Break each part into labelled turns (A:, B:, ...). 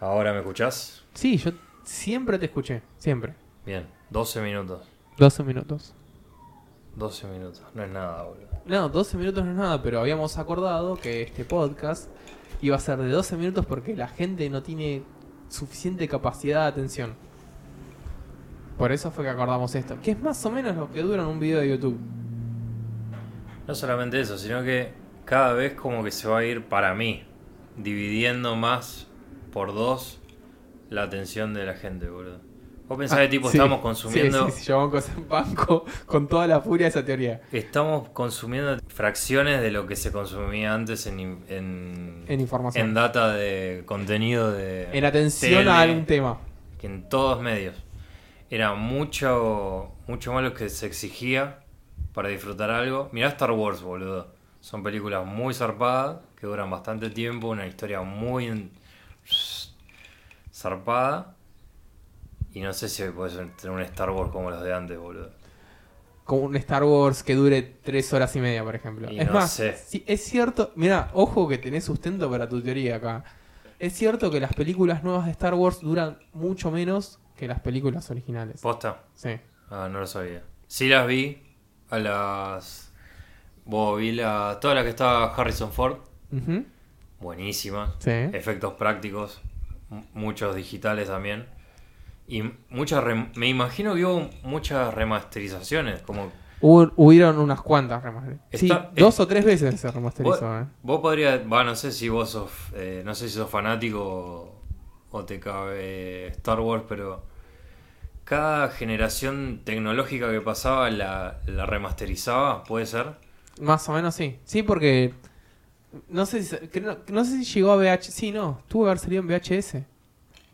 A: ¿Ahora me escuchás?
B: Sí, yo siempre te escuché, siempre.
A: Bien, 12 minutos.
B: 12 minutos.
A: 12 minutos, no es nada, boludo.
B: No, 12 minutos no es nada, pero habíamos acordado que este podcast iba a ser de 12 minutos porque la gente no tiene suficiente capacidad de atención. Por eso fue que acordamos esto, que es más o menos lo que dura en un video de YouTube.
A: No solamente eso, sino que cada vez como que se va a ir para mí, dividiendo más por dos la atención de la gente, boludo. Vos pensás que tipo
B: Ah, Sí,
A: estamos
B: sí,
A: consumiendo,
B: Sí, sí, yo banco, banco con toda la furia esa teoría.
A: estamos consumiendo fracciones de lo que se consumía antes en in- en,
B: En información.
A: en data de contenido de
B: En atención
A: tele,
B: a algún tema.
A: que en todos medios. Era mucho, mucho más lo que se exigía para disfrutar algo. Mirá Star Wars, boludo. Son películas muy zarpadas, que duran bastante tiempo, una historia muy en- zarpada. Y no sé si hoy podés tener un Star Wars como los de antes, boludo.
B: Como un Star Wars que dure 3 horas y media, por ejemplo.
A: Y
B: es
A: no
B: más,
A: sé.
B: si- es cierto, mira, ojo que tenés sustento para tu teoría acá. Es cierto que las películas nuevas de Star Wars duran mucho menos que las películas originales.
A: ¿Posta?
B: Sí.
A: Ah, no lo sabía. Sí las vi a las... Vos vi la... Toda la que estaba Harrison Ford.
B: Ujú.
A: Buenísima.
B: Sí.
A: efectos prácticos, m- muchos digitales también. Y muchas rem- me imagino que hubo muchas remasterizaciones, como
B: Hubo- hubieron unas cuantas remasterizadas. Sí,
A: Está- eh,
B: dos o tres veces se
A: vos,
B: remasterizó. eh.
A: vos podrías, va, no sé si vos sos, eh, no sé si sos fanático o, o te cabe eh, Star Wars, pero cada generación tecnológica que pasaba la, la remasterizaba, puede ser.
B: Más o menos sí. Sí, porque. No sé si, se- que no, que no sé si llegó a VHS. Sí, no. Tuvo que haber salido en VHS.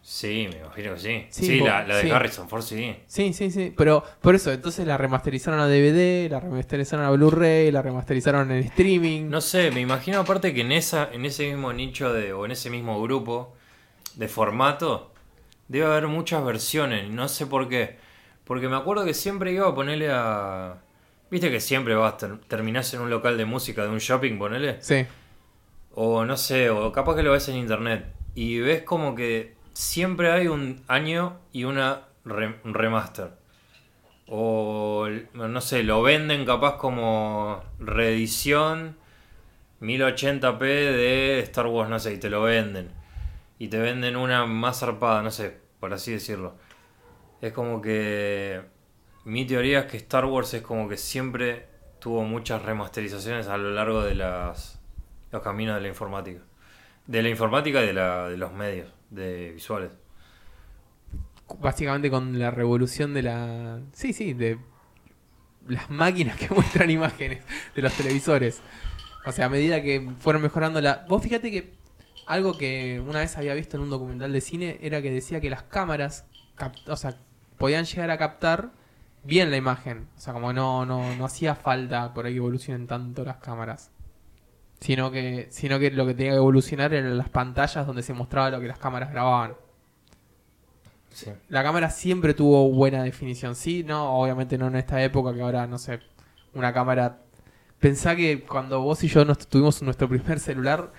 A: Sí, me imagino que sí.
B: Sí,
A: Sí,
B: vos-
A: la, la de
B: sí.
A: Harrison Ford, sí.
B: Sí, sí, sí. Pero por eso, entonces la remasterizaron a DVD, la remasterizaron a Blu-ray, la remasterizaron en streaming.
A: No sé, me imagino aparte que en esa, en ese mismo nicho de, o en ese mismo grupo de formato, debe haber muchas versiones, no sé por qué. Porque me acuerdo que siempre iba a ponerle a. Viste que siempre vas, ter- terminás en un local de música de un shopping, ponele.
B: Sí.
A: O no sé, o capaz que lo ves en internet. Y ves como que siempre hay un año y una re- un remaster. O l- no sé, lo venden capaz como reedición 1080p de Star Wars, no sé, y te lo venden. Y te venden una más zarpada, no sé, por así decirlo. Es como que. Mi teoría es que Star Wars es como que siempre tuvo muchas remasterizaciones a lo largo de las, los caminos de la informática. De la informática y de, la, de los medios de visuales.
B: Básicamente con la revolución de la. Sí, sí, de las máquinas que muestran imágenes de los televisores. O sea, a medida que fueron mejorando la. Vos fíjate que algo que una vez había visto en un documental de cine era que decía que las cámaras, cap- o sea, podían llegar a captar bien la imagen. O sea, como no, no, no hacía falta por ahí que evolucionen tanto las cámaras. Sino que, sino que lo que tenía que evolucionar eran las pantallas donde se mostraba lo que las cámaras grababan.
A: Sí.
B: La cámara siempre tuvo buena definición, sí, no, obviamente no en esta época que ahora, no sé, una cámara... Pensá que cuando vos y yo nos tuvimos nuestro primer celular,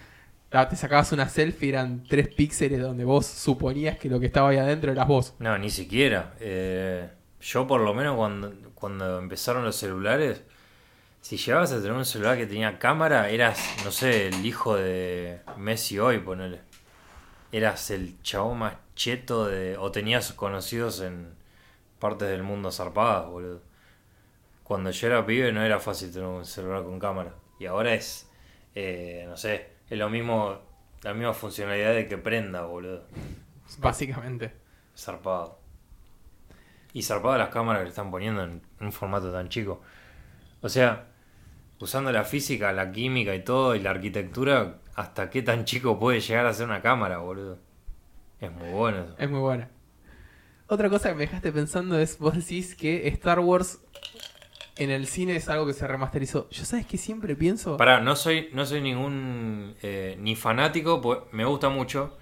B: la- te sacabas una selfie, eran tres píxeles donde vos suponías que lo que estaba ahí adentro eras vos.
A: No, ni siquiera. Eh, yo por lo menos cuando, cuando empezaron los celulares, si llegabas a tener un celular que tenía cámara, eras, no sé, el hijo de Messi hoy, ponele. Eras el chabón más cheto de... o tenías conocidos en partes del mundo zarpadas, boludo. Cuando yo era pibe no era fácil tener un celular con cámara. Y ahora es, eh, no sé, es lo mismo, la misma funcionalidad de que prenda, boludo.
B: Básicamente.
A: Zarpado. Y zarpado las cámaras que le están poniendo en un formato tan chico. O sea, usando la física, la química y todo, y la arquitectura, ¿hasta qué tan chico puede llegar a ser una cámara, boludo? Es muy bueno eso.
B: Es muy buena. Otra cosa que me dejaste pensando es, vos decís que Star Wars en el cine es algo que se remasterizó. Yo sabes que siempre pienso...
A: Pará, no soy, no soy ningún eh, ni fanático, pues me gusta mucho,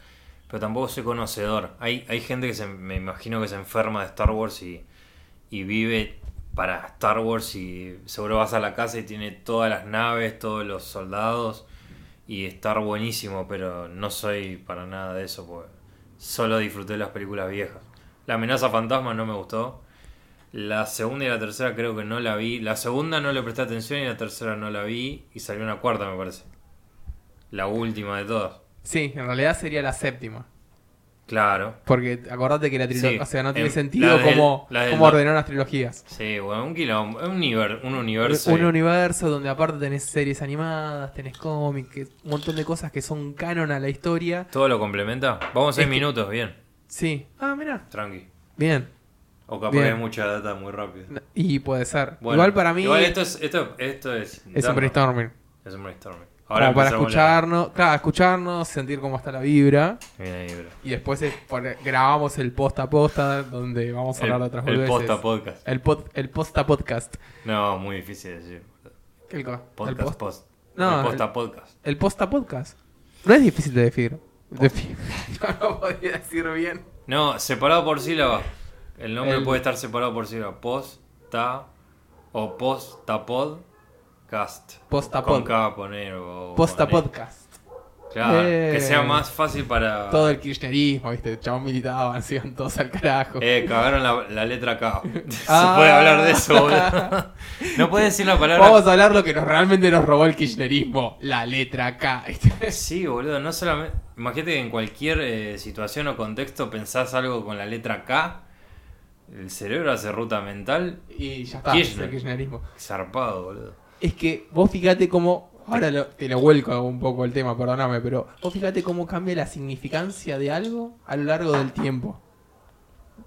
A: pero tampoco soy conocedor. Hay, hay gente que se, me imagino que se enferma de Star Wars y, y vive para Star Wars y seguro vas a la casa y tiene todas las naves, todos los soldados y estar buenísimo, pero no soy para nada de eso, pues solo disfruté las películas viejas. La amenaza fantasma no me gustó. La segunda y la tercera creo que no la vi. La segunda no le presté atención y la tercera no la vi. Y salió una cuarta, me parece. La última de todas.
B: Sí, en realidad sería la séptima.
A: Claro.
B: Porque acordate que la trilogía.
A: Sí.
B: O sea, no tiene
A: En-
B: sentido
A: la del-
B: cómo,
A: la del
B: cómo
A: do-
B: ordenaron las trilogías.
A: Sí, bueno, un quilombo. Un, univer- un universo.
B: Un
A: y-
B: universo donde aparte tenés series animadas, tenés cómics, que- un montón de cosas que son canon a la historia.
A: Todo lo complementa. Vamos
B: Es
A: seis
B: que-
A: minutos, bien.
B: Sí. Ah, mira.
A: Tranqui.
B: Bien.
A: O capaz
B: Bien.
A: hay mucha data muy rápido.
B: Y puede ser.
A: Bueno,
B: igual para mí
A: Igual
B: es,
A: esto es. Esto, esto es,
B: un brainstorming.
A: Es un brainstorming.
B: Como para
A: empezamos la-
B: escucharnos, claro, escucharnos, sentir cómo está la vibra.
A: Bien ahí, bro.
B: Y después es poner- grabamos el post a posta, donde vamos a hablar de otras
A: El, el
B: boludeces.
A: posta podcast.
B: El, pod- el post a podcast.
A: No, muy difícil de decir.
B: ¿Qué cosa?
A: Podcast,
B: el, post,
A: post.
B: No,
A: el posta podcast.
B: el post a podcast. No es difícil de decir. Defi- no lo podía decir bien.
A: No, separado por sílaba. El nombre
B: El-
A: puede estar separado por sílaba. Posta o posta podcast.
B: Posta
A: Con
B: pod.
A: K poner o
B: Posta
A: poner.
B: podcast.
A: Claro,
B: Eh.
A: que sea más fácil para.
B: Todo el kirchnerismo, viste, chabón militaban, se iban todos al carajo.
A: Eh, cagaron la, la letra K. Se
B: Ah.
A: puede hablar de eso, boludo. No puede decir la palabra.
B: Vamos a hablar lo que nos, realmente nos robó el kirchnerismo, la letra K.
A: Sí, boludo, no solamente. Imagínate que en cualquier eh, situación o contexto pensás algo con la letra K, el cerebro hace ruta mental
B: y ya está,
A: Kirchner.
B: es el kirchnerismo.
A: zarpado, boludo.
B: Es que vos fíjate cómo. Ahora lo- te lo vuelco un poco el tema, perdóname, pero vos fíjate cómo cambia la significancia de algo a lo largo del tiempo.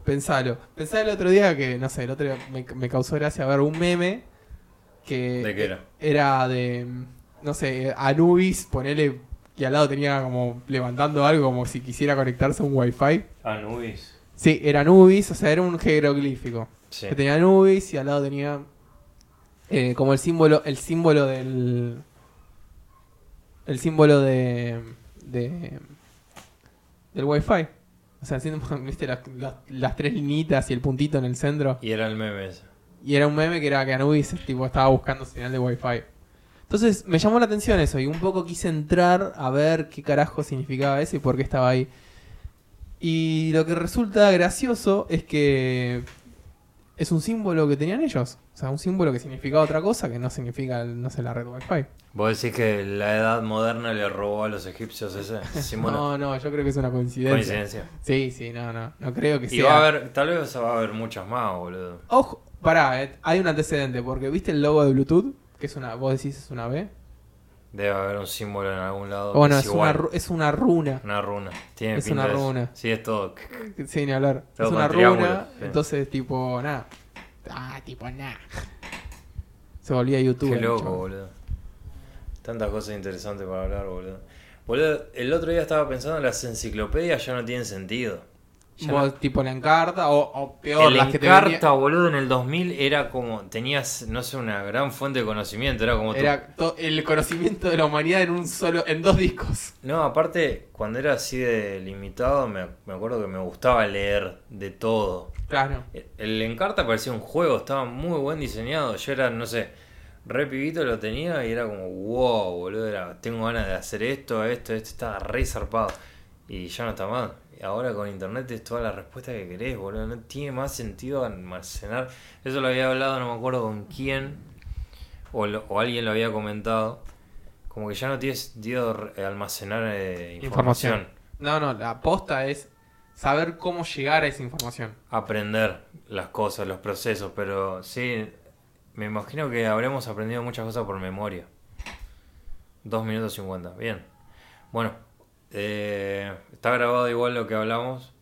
B: Pensalo. Pensá el otro día que, no sé, el otro día me, me causó gracia ver un meme que.
A: ¿De qué era?
B: Era de. No sé, Anubis, ponele. que al lado tenía como levantando algo como si quisiera conectarse a un wifi.
A: Anubis.
B: Sí, era Anubis, o sea, era un jeroglífico.
A: Sí.
B: Que tenía Anubis y al lado tenía eh, como el símbolo, el símbolo del. El símbolo de. de del Wi-Fi. O sea, haciendo, viste, las, las- las tres linitas y el puntito en el centro.
A: Y era el meme ese.
B: Y era un meme que era que Anubis tipo, estaba buscando señal de Wi-Fi. Entonces me llamó la atención eso y un poco quise entrar a ver qué carajo significaba eso y por qué estaba ahí. Y lo que resulta gracioso es que es un símbolo que tenían ellos. O sea, un símbolo que significaba otra cosa que no significa, no sé, la red Wi-Fi.
A: ¿Vos decís que la edad moderna le robó a los egipcios ese? símbolo?
B: No, no, yo creo que es una coincidencia.
A: Coincidencia.
B: Sí, sí, no, no. No creo que
A: Y
B: sea.
A: va a haber, tal vez va a haber muchas más, boludo.
B: Ojo, pará, eh, hay un antecedente porque viste el logo de Bluetooth, que es una, vos decís es una B.
A: Debe haber un símbolo en algún lado. que
B: Bueno,
A: es
B: es una,
A: igual.
B: ru- es una runa.
A: Una runa. Tiene
B: Es
A: pinta
B: una
A: de eso.
B: runa.
A: Sí, es todo.
B: Sin hablar.
A: Todo
B: es
A: con
B: una
A: triángulo,
B: runa.
A: sí.
B: Entonces, tipo, nada. Ah, tipo, nada. Se volvía YouTube.
A: Qué loco, boludo. Tantas cosas interesantes para hablar, boludo. Boludo, el otro día estaba pensando, las enciclopedias ya no tienen sentido. Ya no-
B: tipo la encarta o, o peor,
A: El
B: las que te
A: Encarta,
B: venía-
A: boludo, en el 2000 era como, tenías, no sé, una gran fuente de conocimiento, era como... tu-
B: Era to- el conocimiento de la humanidad en un solo, en dos discos.
A: No, aparte, cuando era así de limitado, me, me acuerdo que me gustaba leer de todo.
B: Claro.
A: El Encarta parecía un juego, estaba muy buen diseñado. Yo era, no sé, re pibito lo tenía y era como, wow, boludo, era, tengo ganas de hacer esto, esto, esto, estaba re zarpado. Y ya no está más. Y Ahora con internet es toda la respuesta que querés, boludo. No tiene más sentido almacenar. Eso lo había hablado, no me acuerdo con quién, o, lo- o alguien lo había comentado. Como que ya no tiene sentido re- almacenar eh, información.
B: No, no, la aposta es saber cómo llegar a esa información.
A: aprender las cosas, los procesos, pero sí, me imagino que habremos aprendido muchas cosas por memoria. 2 minutos 50, bien. Bueno, eh, está grabado igual lo que hablamos.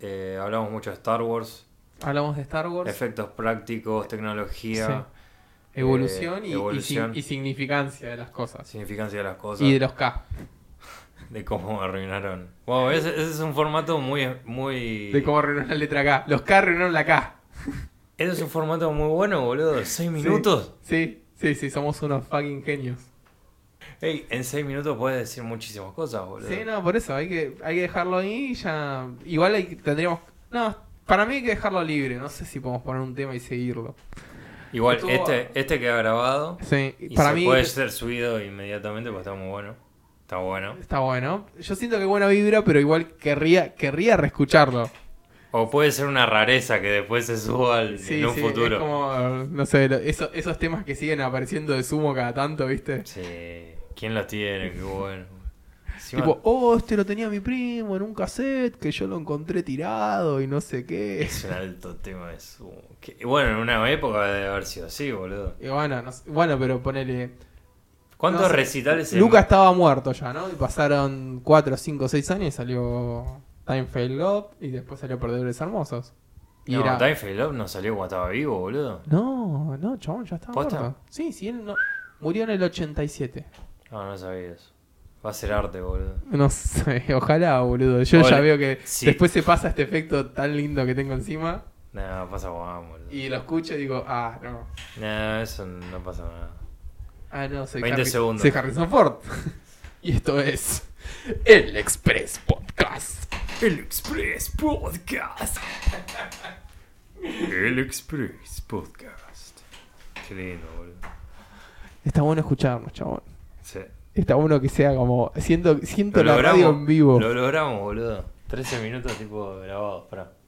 A: Eh, hablamos mucho de Star Wars,
B: Hablamos de Star Wars,
A: efectos prácticos, tecnología,
B: evolución,
A: eh,
B: y- y, sin-
A: evolución.
B: y significancia de las cosas.
A: significancia de las cosas,
B: Y de
A: de,
B: los K.
A: cómo arruinaron. Wow, ese, ese es un formato muy... muy...
B: De cómo arruinaron la letra K. Los K arruinaron la K.
A: Ese es un formato muy bueno, boludo. 6 minutos.
B: Sí, sí, sí, somos unos fucking genios.
A: Ey, en seis minutos puedes decir muchísimas cosas, boludo.
B: Sí, no, por eso, hay que, hay que dejarlo ahí y ya. Igual hay, tendríamos. No, para mí hay que dejarlo libre, no sé si podemos poner un tema y seguirlo.
A: Igual,
B: Estuvo-
A: este, este queda grabado
B: Sí,
A: y
B: para
A: se
B: mí.
A: puede ser subido inmediatamente porque pues está muy bueno. Está Está bueno.
B: Está bueno. Yo siento que buena vibra, pero igual querría, querría reescucharlo.
A: O puede ser una rareza que después se suba al-
B: Sí,
A: en un
B: sí,
A: futuro.
B: es como, no sé, lo- eso- esos temas que siguen apareciendo de sumo cada tanto, ¿viste?
A: Sí, ¿quién los tiene? Qué bueno. Encima-
B: Tipo, oh, este lo tenía mi primo en un cassette que yo lo encontré tirado y no sé qué.
A: Es un alto tema eso. Que- bueno, en una época debe haber sido así, boludo.
B: Y bueno, no sé- bueno, pero ponele.
A: ¿Cuántos
B: No sé,
A: recitales en-
B: Luca estaba muerto ya, ¿no? Y pasaron 4, 5, 6 años y salió Time Fail Up y después salió Perdedores Hermosos. Y
A: No,
B: era-
A: Time Fade Up no salió cuando estaba vivo, boludo.
B: No, no, chabón, ya estaba
A: ¿Posta?
B: muerto. Sí, sí, él no... murió en el 87.
A: No, no sabía eso. Va a ser arte, boludo.
B: No sé, ojalá, boludo. Yo ya
A: Ole,
B: veo que
A: sí.
B: después se pasa este efecto tan lindo que tengo encima
A: No, pasa guam, boludo.
B: y lo escucho y digo, ah, no.
A: No, eso no pasa nada.
B: Ah, no, soy,
A: 20
B: Harri-
A: segundos.
B: soy Harrison Ford. y esto es El Express Podcast.
A: El Express Podcast. El Express Podcast. Qué lindo, boludo.
B: Está bueno escucharnos, chabón.
A: Sí.
B: Está bueno que sea como. Siento, siento
A: Lo
B: la radio en vivo.
A: Lo logramos, boludo. 13 minutos tipo grabados, pará.